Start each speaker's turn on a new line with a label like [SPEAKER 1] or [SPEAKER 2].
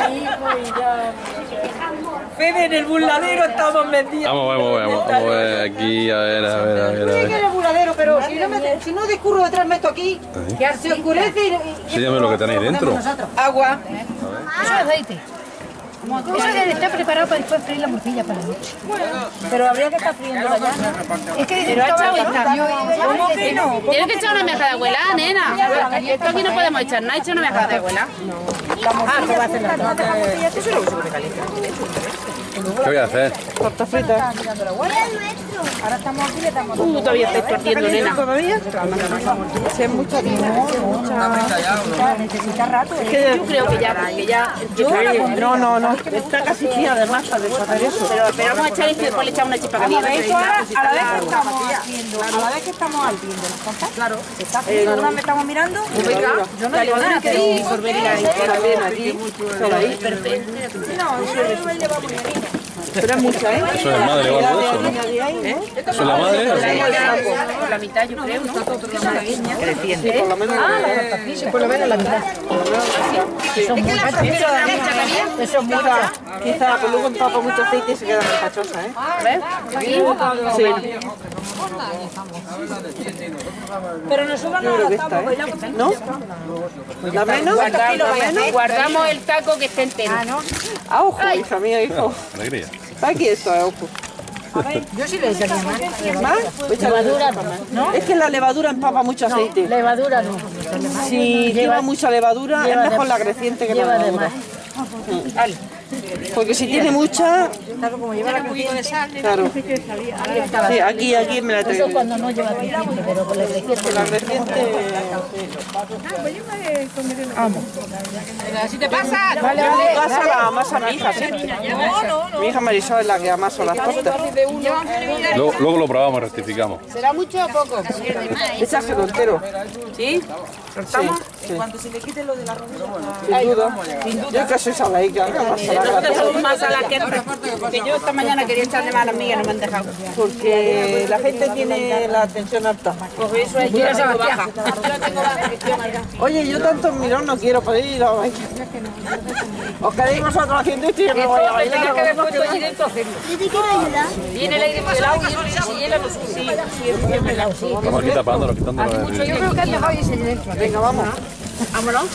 [SPEAKER 1] hijo y ya. Fede, en el burladero estamos metidos.
[SPEAKER 2] Vamos, vamos, vamos, vamos a ver aquí, a ver, a ver, a ver. A
[SPEAKER 1] Mira que
[SPEAKER 2] ver.
[SPEAKER 1] era buladero, pero si no, me, si no discurro de tres metros aquí, que se oscurece y... y-
[SPEAKER 2] Sí, llame lo que tenéis dentro.
[SPEAKER 1] Agua.
[SPEAKER 3] Eso es aceite. Eso debe estar preparado para después freír la morcilla para la noche.
[SPEAKER 1] Pero habría que estar friendo allá.
[SPEAKER 3] Es que pero
[SPEAKER 1] ¿Cómo que no?
[SPEAKER 4] Tienes que echar una miaja de abuela, nena. Esto aquí no podemos echar nada, echa una miaja de abuela.
[SPEAKER 2] ¿Qué voy a hacer?
[SPEAKER 4] Uh, todavía estáis tortiendo, nena. Yo creo que ya, porque ya...
[SPEAKER 1] No, no, no. Está casi fría de masa de sacar eso.
[SPEAKER 4] Pero, pero vamos a echar esto y después le echamos una chispa
[SPEAKER 1] a
[SPEAKER 4] caliente.
[SPEAKER 1] la vez que estamos haciendo, a la vez que estamos haciendo las cosas, claro, se está haciendo, ahora me estamos mirando, yo no digo nada, pero
[SPEAKER 2] Eso es madre o algo de eso, ¿no? ¿Eso es la madre? o qué?
[SPEAKER 4] La mitad, yo creo, ¿no?
[SPEAKER 5] Eso es mucha. Quizá pues luego empapa mucho aceite y se queda cachosa, ¿eh?
[SPEAKER 1] Ah, pero nosotros no lo estamos bailando.
[SPEAKER 5] ¿eh? ¿No? ¿La menos? ¿La menos?
[SPEAKER 4] Guardamos el taco que esté entero.
[SPEAKER 1] Ah,
[SPEAKER 5] A ojo, hija mía, hijo.
[SPEAKER 2] Alegría.
[SPEAKER 5] ¿Para aquí eso, a ojo? Yo sí le echaría más. ¿Más? Pues échale más. Es que la levadura empapa mucho aceite.
[SPEAKER 3] Levadura no.
[SPEAKER 5] Si lleva mucha levadura, es mejor la creciente que la
[SPEAKER 3] Lleva de
[SPEAKER 5] levadura.
[SPEAKER 3] más.
[SPEAKER 5] Porque si tiene mucha... Claro, como lleva la Claro. Sí, aquí, aquí me la
[SPEAKER 3] Eso
[SPEAKER 5] traigo.
[SPEAKER 3] cuando no lleva aceite, pero con la creciente Ah,
[SPEAKER 5] La creciente...
[SPEAKER 4] Ah, pues Así te pasa.
[SPEAKER 5] Más a la más a mi hija, sí. Mi hija Marisol es la que amasa las tortas.
[SPEAKER 2] Luego, luego lo probamos, rectificamos.
[SPEAKER 4] ¿Será mucho o poco?
[SPEAKER 5] Échaselo entero. ¿Sí? ¿Soltamos? Cuando se le quite lo de la rodilla. Sin duda. Yo que soy salaica, que amasa la
[SPEAKER 4] Nosotros
[SPEAKER 5] torta.
[SPEAKER 4] somos más a la que entra. Que yo esta mañana quería echarle más a las migas, no me han dejado.
[SPEAKER 5] Porque la gente tiene la tensión alta.
[SPEAKER 4] Pues eso es, yo la tengo baja.
[SPEAKER 5] Oye, yo tantos mirón no quiero para ir a bailar. Os quedáis vosotros haciendo esto y yo me voy a bailar.
[SPEAKER 4] Viene el aire por el agua y el agua hiela no sube.
[SPEAKER 2] Vamos aquí tapándolo, quitándolo.
[SPEAKER 5] Venga, vamos.
[SPEAKER 4] Vámonos.